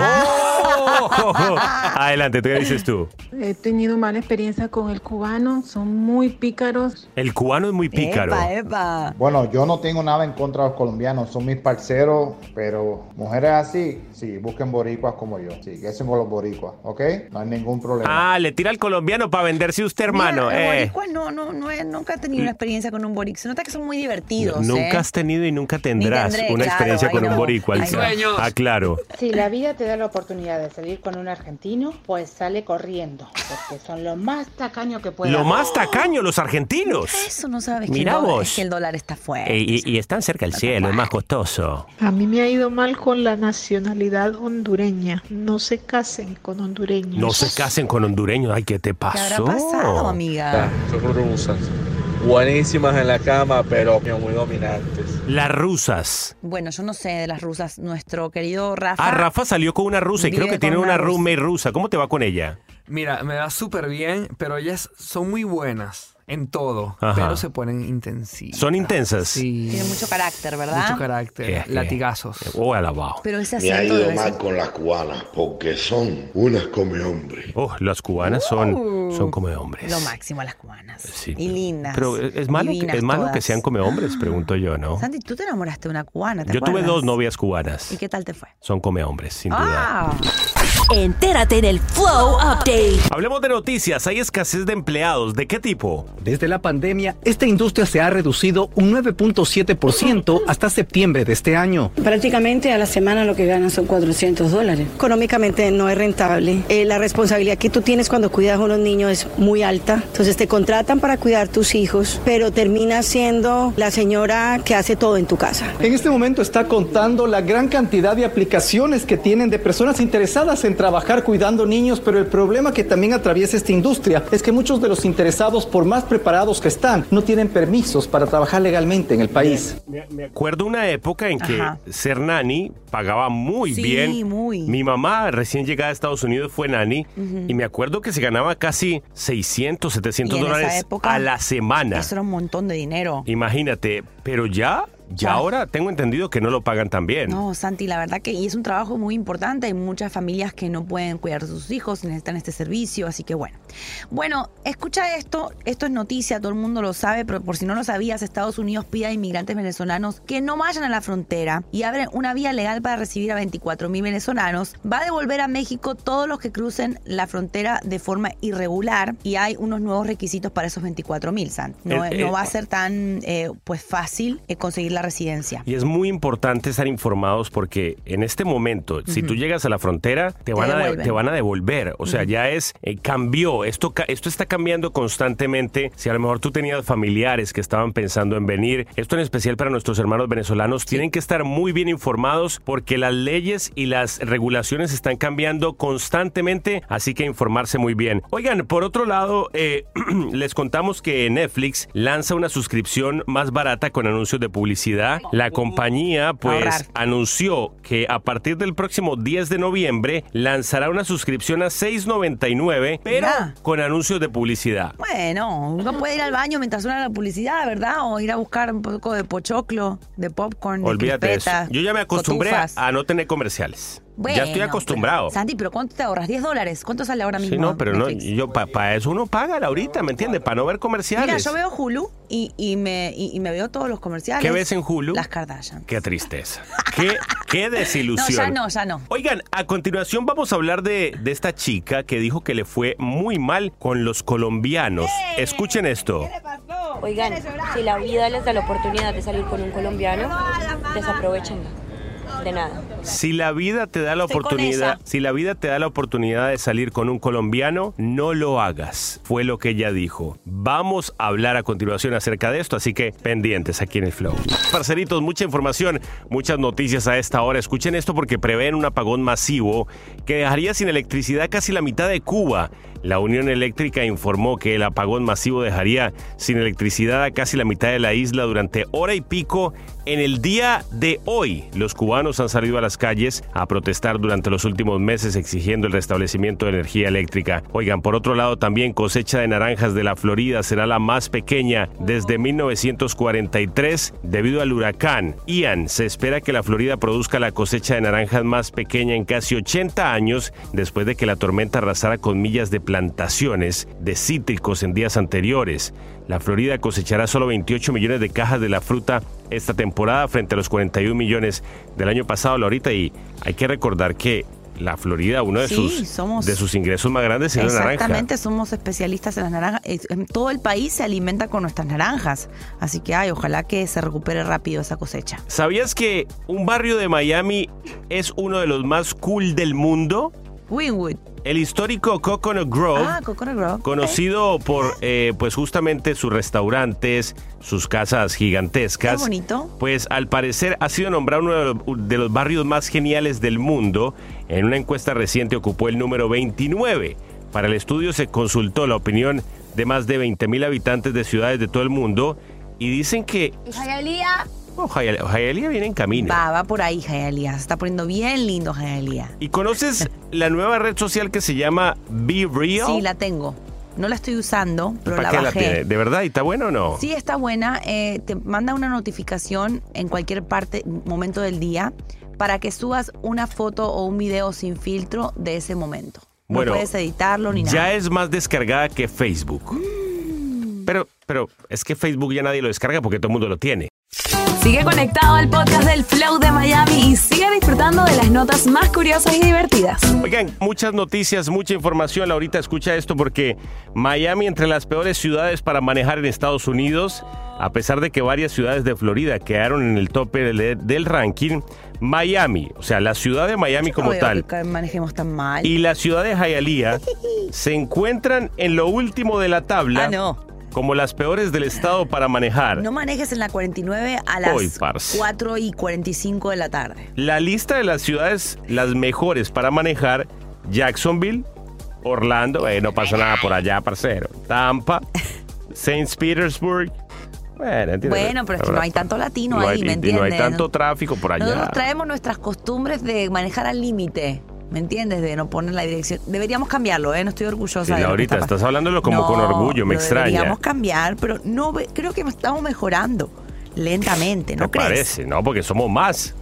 (laughs) Adelante, ¿tú ¿qué dices tú? He tenido mala experiencia con el cubano, son muy pícaros. El cubano es muy pícaro. eh. Bueno, yo no tengo nada en contra de los colombianos, son mis parceros, pero mujeres así, sí, busquen boricuas como yo. Sí, que con los boricuas, ¿ok? No hay ningún problema. Ah, le tira al colombiano para venderse usted, hermano. Mira, los eh. boricuas no, no, no he- nunca he tenido una experiencia con un boricua. Se nota que son muy divertidos. Nunca ¿eh? has tenido y nunca tendrás tendré, una claro, experiencia ay, con un no. boricua. Ay, Alisa. no. Sueños. Ah, claro. Si la vida te da la oportunidad de salir con un argentino, pues sale corriendo, porque son lo más tacaño que puedes. Lo más tacaño, los argentinos. Eso no sabes Mira que el dólar- vos. es que el dólar está fuerte. Eh, y, y están cerca al cielo, es más costoso. A mí me ha ido mal con la nacionalidad hondureña. No se casen con hondureños. No se casen con hondureños. Ay, ¿qué te pasó? Ah, Son rusas. Buenísimas en la cama, pero muy dominantes. Las rusas. Bueno, yo no sé de las rusas. Nuestro querido Rafa. Ah, Rafa salió con una rusa y creo Vive que tiene con una una rusa. roommate rusa. ¿Cómo te va con ella? Mira, me va súper bien, pero ellas son muy buenas en todo, Ajá. pero se ponen intensivas. ¿Son intensas? Eh, Tiene mucho carácter, ¿verdad? Mucho carácter, Es que- latigazos. O alabado. Pero ese Me ha acento ido debe mal ser... con las cubanas porque son unas come hombres. Oh, las cubanas son, Uh. son come hombres. Lo máximo a las cubanas. Sí. Y lindas. Pero eh, es es malo, que, divinas es malo que todas. sean come hombres, (gasps) pregunto yo, ¿no? Santi, tú te enamoraste de una cubana, ¿te Yo tuve acuerdas? dos novias cubanas. ¿Y qué tal te fue? Son come hombres, sin duda. Ah. Entérate en el Flow Update. Hablemos de noticias. Hay escasez de empleados. ¿De qué tipo? Desde la pandemia, esta industria se ha reducido un 9.7% hasta septiembre de este año. Prácticamente a la semana lo que ganan son 400 dólares. Económicamente no es rentable. Eh, la responsabilidad que tú tienes cuando cuidas a unos niños es muy alta. Entonces te contratan para cuidar tus hijos, pero termina siendo la señora que hace todo en tu casa. En este momento está contando la gran cantidad de aplicaciones que tienen de personas interesadas en trabajar cuidando niños, pero el problema que también atraviesa esta industria es que muchos de los interesados, por más preparados que están, no tienen permisos para trabajar legalmente en el país. Me acuerdo una época en que Ajá. ser nani pagaba muy Sí, bien. muy. Mi mamá, recién llegada a Estados Unidos, fue nani Ujú. y me acuerdo que se ganaba casi 600, 700 Y en esa dólares época, a la semana. Eso era un montón de dinero. Imagínate, pero ya, ya Ya. ahora tengo entendido que no lo pagan tan bien. No, Santi, la verdad que y es un trabajo muy importante. Hay muchas familias que no pueden cuidar a sus hijos, necesitan este servicio, así que bueno. Bueno, escucha esto, esto es noticia, todo el mundo lo sabe, pero por si no lo sabías, Estados Unidos pide a inmigrantes venezolanos que no vayan a la frontera y abren una vía legal para recibir a 24 mil venezolanos. Va a devolver a México todos los que crucen la frontera de forma irregular y hay unos nuevos requisitos para esos 24 mil, Santi. No, Eh, no eh. va a ser tan eh, pues fácil eh, conseguir la residencia. Y es muy importante estar informados porque en este momento, si Ujú. tú llegas a la frontera, te van, a, devuelven. te van a devolver. O sea, Ujú. ya es, eh, cambió, esto, ca- esto está cambiando constantemente. Si a lo mejor tú tenías familiares que estaban pensando en venir, esto en especial para nuestros hermanos venezolanos, tienen que estar muy bien informados porque las leyes y las regulaciones están cambiando constantemente, así que informarse muy bien. Oigan, por otro lado, (clears throat) eh, les contamos que Netflix lanza una suscripción más barata con anuncios de publicidad publicidad, la compañía pues Oh. Ahorrar. anunció que a partir del próximo 10 de noviembre lanzará una suscripción a 6.99, pero Ya. con anuncios de publicidad. Bueno, uno puede ir al baño mientras suena la publicidad, ¿verdad? O ir a buscar un poco de pochoclo, de popcorn, de Olvídate de eso. crispetas, Yo ya me acostumbré a, cotufas. a no tener comerciales. ya estoy Bueno, acostumbrado. pero- Santi, pero ¿cuánto te ahorras? ¿10 dólares? ¿Cuánto sale ahora mismo? Sí, no, pero no, Netflix? yo para eso uno paga ahorita, ¿me entiendes? Para no ver comerciales. Mira, yo veo Hulu y, y me, y, y me veo todos los comerciales. ¿Qué ves en Hulu? Las Kardashian. Qué tristeza. Qué, qué (laughs) No, ya desilusión. no, ya no. Oigan, a continuación vamos a hablar de, de esta chica que dijo que le fue muy mal con los colombianos. ¡Eh! Escuchen esto. Oigan, si la vida les da la oportunidad de salir con un colombiano, desaprovechenla. De nada. Si la vida te da la Estoy con oportunidad, esa. si la vida te da la oportunidad de salir con un colombiano, no lo hagas. Fue lo que ella dijo. Vamos a hablar a continuación acerca de esto, así que pendientes aquí en el Flow. Parceritos, mucha información, muchas noticias a esta hora. Escuchen esto porque prevén un apagón masivo que dejaría sin electricidad casi la mitad de Cuba. La Unión Eléctrica informó que el apagón masivo dejaría sin electricidad a casi la mitad de la isla durante hora y pico en el día de hoy. Los cubanos han salido a las calles a protestar durante los últimos meses exigiendo el restablecimiento de energía eléctrica. Oigan, por otro lado también cosecha de naranjas de la Florida será la más pequeña desde 1943 debido al huracán Ian. Se espera que la Florida produzca la cosecha de naranjas más pequeña en casi 80 años después de que la tormenta arrasara con millas de plantaciones de cítricos en días anteriores. La Florida cosechará solo 28 millones de cajas de la fruta esta temporada frente a los 41 millones del año pasado, Laurita. Y hay que recordar que la Florida, uno de, Sí, sus, somos- de sus ingresos más grandes es la naranja. Exactamente, somos especialistas en las naranjas. Es- en Todo el país se alimenta con nuestras naranjas. Así que, ay, ojalá que se recupere rápido esa cosecha. ¿Sabías que un barrio de Miami es uno de los más cool del mundo? Winwood. El histórico Coconut Grove. Ah, Coconut Grove. Conocido por, eh, pues justamente sus restaurantes, sus casas gigantescas. Qué bonito. Pues al parecer ha sido nombrado uno de los, de los barrios más geniales del mundo. En una encuesta reciente ocupó el número 29. Para el estudio se consultó la opinión de más de 20.000 habitantes de ciudades de todo el mundo y dicen que Jaelía. oh, Hialeah Hialeah viene en camino. Va, va por ahí, Jaelía. Se está poniendo bien lindo, Jaelía. ¿Y conoces la nueva red social que se llama Be Real? Sí, la tengo. No la estoy usando, pero ¿Para la qué bajé. la tiene? ¿De verdad? ¿Y está bueno o no? Sí, está buena. eh, te manda una notificación en cualquier parte, momento del día, para que subas una foto o un video sin filtro de ese momento. Bueno, no puedes editarlo ni nada. Ya es más descargada que Facebook. Mm. Pero, pero es que Facebook ya nadie lo descarga porque todo el mundo lo tiene. Sigue conectado al podcast del Flow de Miami y sigue disfrutando de las notas más curiosas y divertidas. Oigan, muchas noticias, mucha información. Laurita, escucha esto porque Miami entre las peores ciudades para manejar en Estados Unidos, a pesar de que varias ciudades de Florida quedaron en el tope del, del ranking, Miami, o sea, la ciudad de Miami No como veo tal, que manejemos tan mal. y la ciudad de (laughs) Hialeah se encuentran en lo último de la tabla Ah, no. como las peores del estado para manejar. No manejes en la 49 a las Hoy, parce. 4 y 45 de la tarde. La lista de las ciudades las mejores para manejar, Jacksonville, Orlando, eh, no pasa nada por allá, parcero. (laughs) Tampa, St. Petersburg. Bueno, ¿entiendes? Bueno, pero es que no hay tanto latino No ahí, hay- ¿me y entiendes? No hay tanto tráfico por allá. Nosotros traemos nuestras costumbres de manejar al límite, ¿me entiendes? De no poner la dirección. Deberíamos cambiarlo, ¿eh? No estoy orgullosa de Y lo que Laurita, está pasando. estás hablándolo como No, con orgullo, me lo extraña. Deberíamos cambiar, pero no ve- creo que estamos mejorando lentamente, ¿no Me crees? parece, ¿no? Porque somos más.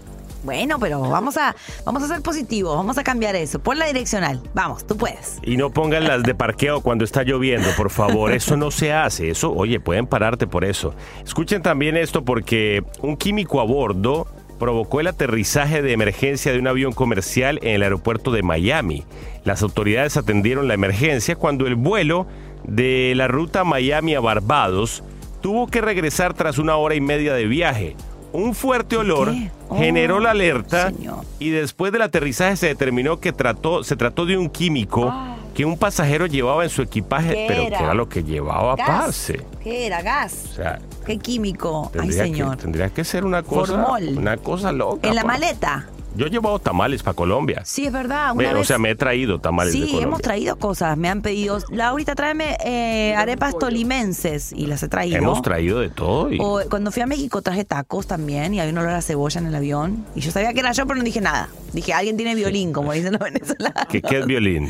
Bueno, pero vamos a vamos a ser positivos, vamos a cambiar eso. Pon la direccional, vamos, tú puedes. Y no pongan las de parqueo cuando está lloviendo, por favor. Eso no se hace. Eso, oye, pueden pararte por eso. Escuchen también esto porque un químico a bordo provocó el aterrizaje de emergencia de un avión comercial en el aeropuerto de Miami. Las autoridades atendieron la emergencia cuando el vuelo de la ruta Miami a Barbados tuvo que regresar tras una hora y media de viaje. Un fuerte olor generó la alerta y después del aterrizaje se determinó que trató, se trató de un químico que un pasajero llevaba en su equipaje, ¿Qué pero era? que era lo que llevaba, Gas. Ah, parce. ¿Qué era? O ¿Gas? sea, ¿Qué químico? Ay, tendría, señor. Que, tendría que ser una cosa, Formol. una cosa loca. En la parce. maleta. Yo he llevado tamales para Colombia. Sí, es verdad. Me- Una O vez- sea, me he traído tamales de Sí, Colombia. hemos traído cosas. Me han pedido, Laurita, tráeme eh, arepas tolimenses. Y las he traído. Hemos traído de todo. Y... O, cuando fui a México traje tacos también y había un olor a cebolla en el avión. Y yo sabía que era yo, pero no dije nada. Dije, alguien tiene violín, como dicen los venezolanos. ¿Qué, qué es (laughs) violín?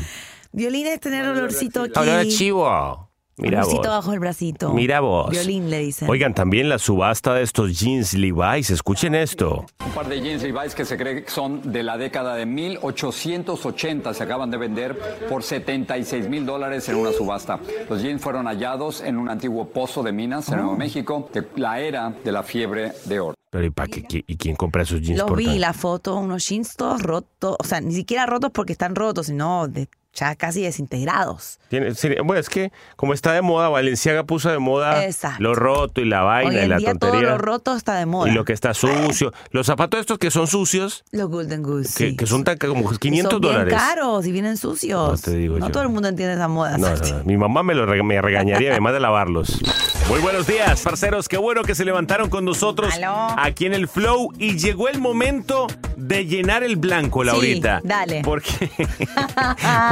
Violín es tener olorcito aquí. Hablar de chivo. Mira olorcito vos. bajo el bracito. Mira vos. Violín le dicen. Oigan, también la subasta de estos jeans Levi's. Escuchen esto. Un par de jeans Levi's que se cree que son de la década de 1880 se acaban de vender por 76 mil dólares en una subasta. Los jeans fueron hallados en un antiguo pozo de minas en Nuevo México de la era de la fiebre de oro. Ah. Pero ¿y, para qué, qué- ¿y quién compra esos jeans? Los por vi, tanto? la foto, unos jeans todos rotos. O sea, ni siquiera rotos porque están rotos, sino de- ya casi desintegrados. Tiene- sí, bueno, es que como está de moda, Valenciaga puso de moda Exacto. lo roto y la vaina Hoy y en la día tontería. todo lo roto está de moda. Y lo que está sucio. Los zapatos estos que son sucios, Los Golden Goose. que, que son tan, como 500 Son bien dólares. caros y vienen sucios. No te digo No yo. todo el mundo entiende esa moda. No, no, no. Mi mamá me, lo rega- me regañaría además de lavarlos. Muy buenos días, parceros. Qué bueno que se levantaron con nosotros aquí en el Flow. Y llegó el momento de llenar el blanco, Laurita. Sí, dale. Ah, ¿Por qué?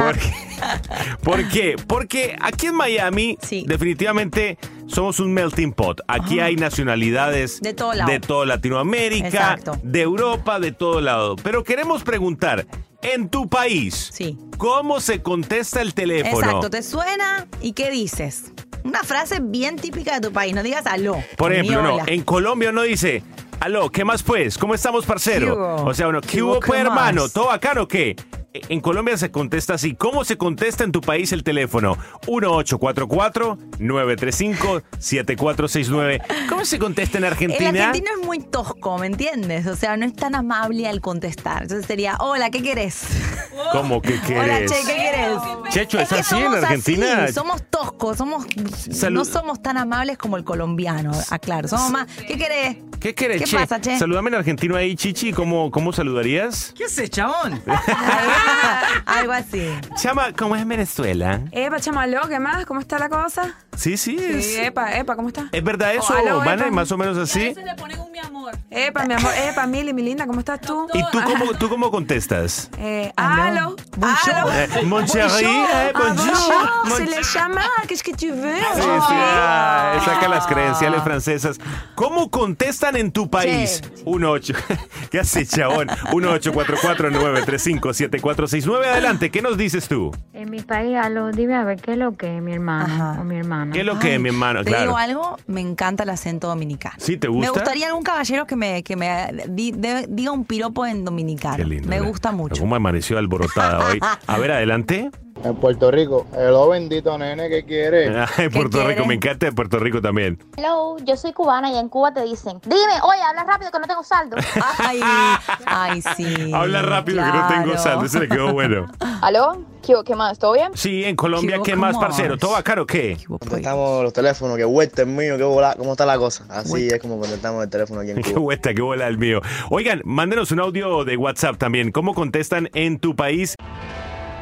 (laughs) ¿Por qué? Porque aquí en Miami, definitivamente somos un melting pot. Aquí hay nacionalidades De todo lado. de toda Latinoamérica, Exacto. de Europa, de todo lado. Pero queremos preguntar, en tu país, ¿cómo se contesta el teléfono? Exacto, te suena y qué dices. Una frase bien típica de tu país, no digas aló. Por ni ejemplo, no, hola. en Colombia uno dice, aló, ¿qué más pues? ¿Cómo estamos, ¿Qué parcero? hubo? O sea, uno, ¿Qué ¿qué hubo, hubo, pues, qué hermano? más? ¿Todo bacano o qué? En Colombia se contesta así. ¿Cómo se contesta en tu país el teléfono? 1844-935-7469. ¿Cómo se contesta en El Argentina? argentino es muy tosco, ¿me entiendes? O sea, no es tan amable al contestar. Entonces sería, hola, ¿qué querés? ¿Cómo que querés? Hola, che, ¿qué querés? Checho, ¿es que así en somos Argentina? así, somos toscos, somos, Salud- no somos tan amables como el colombiano, aclaro. Somos más, ¿qué querés? ¿Qué querés, ¿Qué che? pasa, che? Saludame en argentino ahí, Chichi. ¿Cómo, cómo saludarías? ¿Qué haces, chabón? (laughs) Algo así. Chama, ¿cómo es Venezuela? Epa, chamaló, ¿qué más? ¿Cómo está la cosa? Sí, sí. Sí, Es, epa, epa, ¿cómo está? ¿es verdad eso, O aló, Vanna? epa. Más o menos así. Epa, mi amor, epa, Mili, mi linda, ¿cómo estás tú? ¿Y tú cómo, tú cómo contestas? Eh, aló, aló. Eh, mon chéri, eh, Ah, bonjour. bonjour, Mon- se le llama, qu'est-ce que tu veux? Sí, sí, ah, saca las credenciales francesas. ¿Cómo contestan en tu país? 18. (laughs) ¿Qué hace, chabón? 1844-935-7469. Adelante, ¿qué nos dices tú? En mi país, aló, dime a ver qué es lo que es mi hermano o mi hermana. ¿Qué es lo que, mi hermano? Te Claro. digo algo, me encanta el acento dominicano. ¿Sí te Me gusta? gustaría algún caballero que me, que me di- de- diga un piropo en dominicano. Qué lindo, me ¿verdad? gusta mucho. ¿Cómo amaneció alborotada hoy? A ver, adelante. En Puerto Rico, hello bendito nene, ¿qué (laughs) quieres? En Puerto Rico, me encanta de Puerto Rico también. Hello, yo soy cubana y en Cuba te dicen, dime, oye, habla rápido que no tengo saldo. Ay, ay, sí. Habla rápido que no tengo saldo, se le quedó bueno. ¿Aló? ¿Qué, qué más? ¿Todo bien? Sí, en Colombia, ¿qué más, parcero? ¿Todo bacano o qué? Contestamos los teléfonos, que vuelta es mío, que bola, ¿cómo está la cosa? Así es como contestamos el teléfono aquí en (laughs) Qué Cuba. vuelta, qué bola el mío. Oigan, mándenos un audio de WhatsApp también. ¿Cómo contestan en tu país?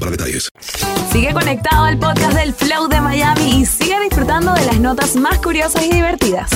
para detalles. Sigue conectado al podcast del Flow de Miami y sigue disfrutando de las notas más curiosas y divertidas.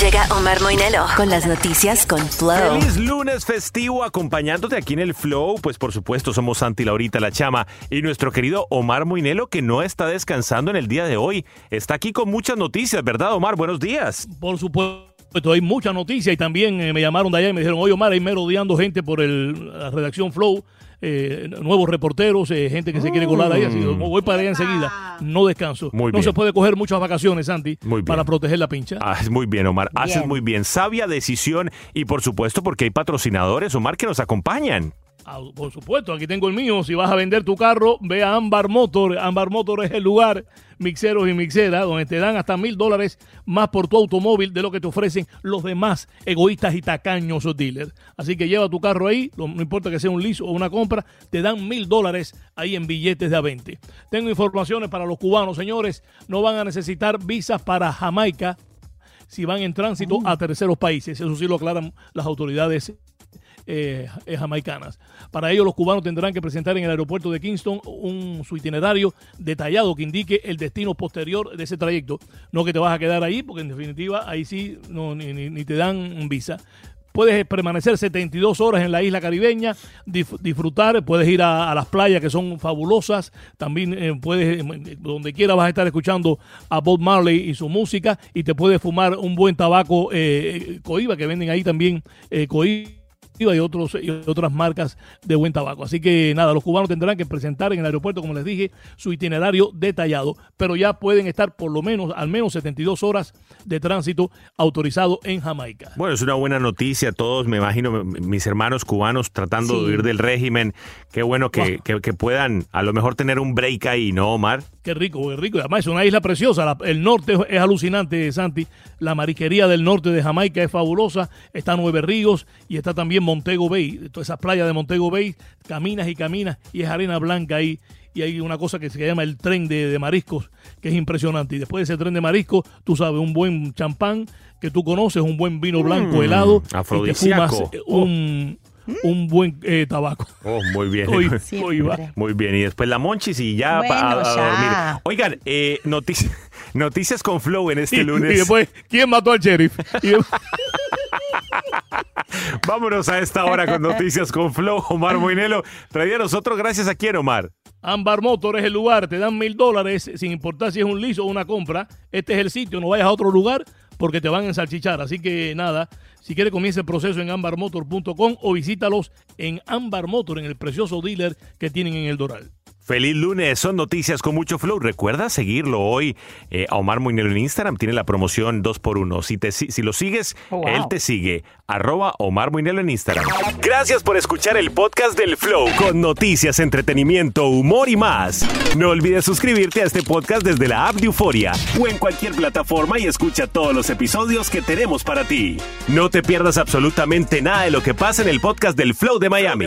Llega Omar Moinelo con las noticias con Flow. Feliz lunes festivo acompañándote aquí en el Flow. Pues por supuesto somos Santi Laurita La Chama y nuestro querido Omar Moinelo que no está descansando en el día de hoy. Está aquí con muchas noticias, ¿verdad Omar? Buenos días. Por supuesto. hay muchas noticias y también eh, me llamaron de allá y me dijeron, oye Omar, hay merodeando gente por el, la redacción Flow, eh, nuevos reporteros, eh, gente que se quiere colar ahí, así, como voy para allá enseguida, no descanso. Mm. Muy no bien. se puede coger muchas vacaciones, Santi, Muy bien. para proteger la pincha. Ah, es muy bien, Omar. Haces Bien. muy bien. Sabia decisión y por supuesto porque hay patrocinadores, Omar, que nos acompañan. Ah, Por supuesto, aquí tengo el mío. Si vas a vender tu carro, ve a Ambar Motor. Ambar Motor es el lugar, mixeros y mixeras, donde te dan hasta mil dólares más por tu automóvil de lo que te ofrecen los demás egoístas y tacaños o dealers. Así que lleva tu carro ahí, lo- no importa que sea un lease o una compra, te dan mil dólares ahí en billetes de a 20. Tengo informaciones para los cubanos, señores. No van a necesitar visas para Jamaica si van en tránsito a terceros países. Eso sí lo aclaran las autoridades eh, eh, jamaicanas. Para ello, los cubanos tendrán que presentar en el aeropuerto de Kingston un, su itinerario detallado que indique el destino posterior de ese trayecto. No que te vas a quedar ahí, porque en definitiva ahí sí no, ni, ni- ni te dan visa. Puedes permanecer 72 horas en la isla caribeña, dif- disfrutar, puedes ir a, a las playas que son fabulosas, también eh, puedes, eh, donde quiera vas a estar escuchando a Bob Marley y su música y te puedes fumar un buen tabaco eh, coiba que venden ahí también eh, coiba y otros y otras marcas de buen tabaco. Así que nada, los cubanos tendrán que presentar en el aeropuerto, como les dije, su itinerario detallado, pero ya pueden estar por lo menos al menos 72 horas de tránsito autorizado en Jamaica. Bueno, es una buena noticia. Todos, me imagino, m- mis hermanos cubanos tratando Sí. de huir del régimen. Qué bueno que, que- que puedan a lo mejor tener un break ahí, ¿no, Omar? Qué rico, qué rico. Y Además es una isla preciosa. La- el norte es, es alucinante, Santi. La marisquería del norte de Jamaica es fabulosa. Está Nueve Ríos y está también Montego Bay. Todas esas playas de Montego Bay, caminas y caminas y es arena blanca ahí. Y hay una cosa que se llama el tren de, de mariscos, que es impresionante. Y después de ese tren de mariscos, tú sabes, un buen champán que tú conoces, un buen vino blanco Mm, helado. Y te fumas afrodisíaco. eh, un, un buen eh, tabaco. Oh, muy bien. (laughs) Hoy- Muy, hoy va. bien. Y después la monchis y ya pa- a, Bueno, a ya. dormir. Oigan, eh, notici- (laughs) noticias con Flow en este (laughs) Y- lunes. y después, ¿quién mató (laughs) al sheriff? Y después- Vámonos a esta hora con noticias con Flow. Omar Moinelo, traía a nosotros gracias a quién, Omar. Ambar Motor es el lugar, te dan mil dólares, sin importar si es un lease o una compra. Este es el sitio, no vayas a otro lugar porque te van a ensalchichar. Así que nada, si quieres comienza el proceso en ambarmotor.com o visítalos en Ambar Motor, en el precioso dealer que tienen en el Doral. Feliz lunes, son noticias con mucho flow. Recuerda seguirlo hoy eh, a Omar Moinelo en Instagram. Tiene la promoción 2x1. Si, te, si si lo sigues, Oh, wow. él te sigue. Arroba Omar Moinelo en Instagram. Gracias por escuchar el podcast del Flow con noticias, entretenimiento, humor y más. No olvides suscribirte a este podcast desde la app de Euforia o en cualquier plataforma y escucha todos los episodios que tenemos para ti. No te pierdas absolutamente nada de lo que pasa en el podcast del Flow de Miami.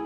(laughs)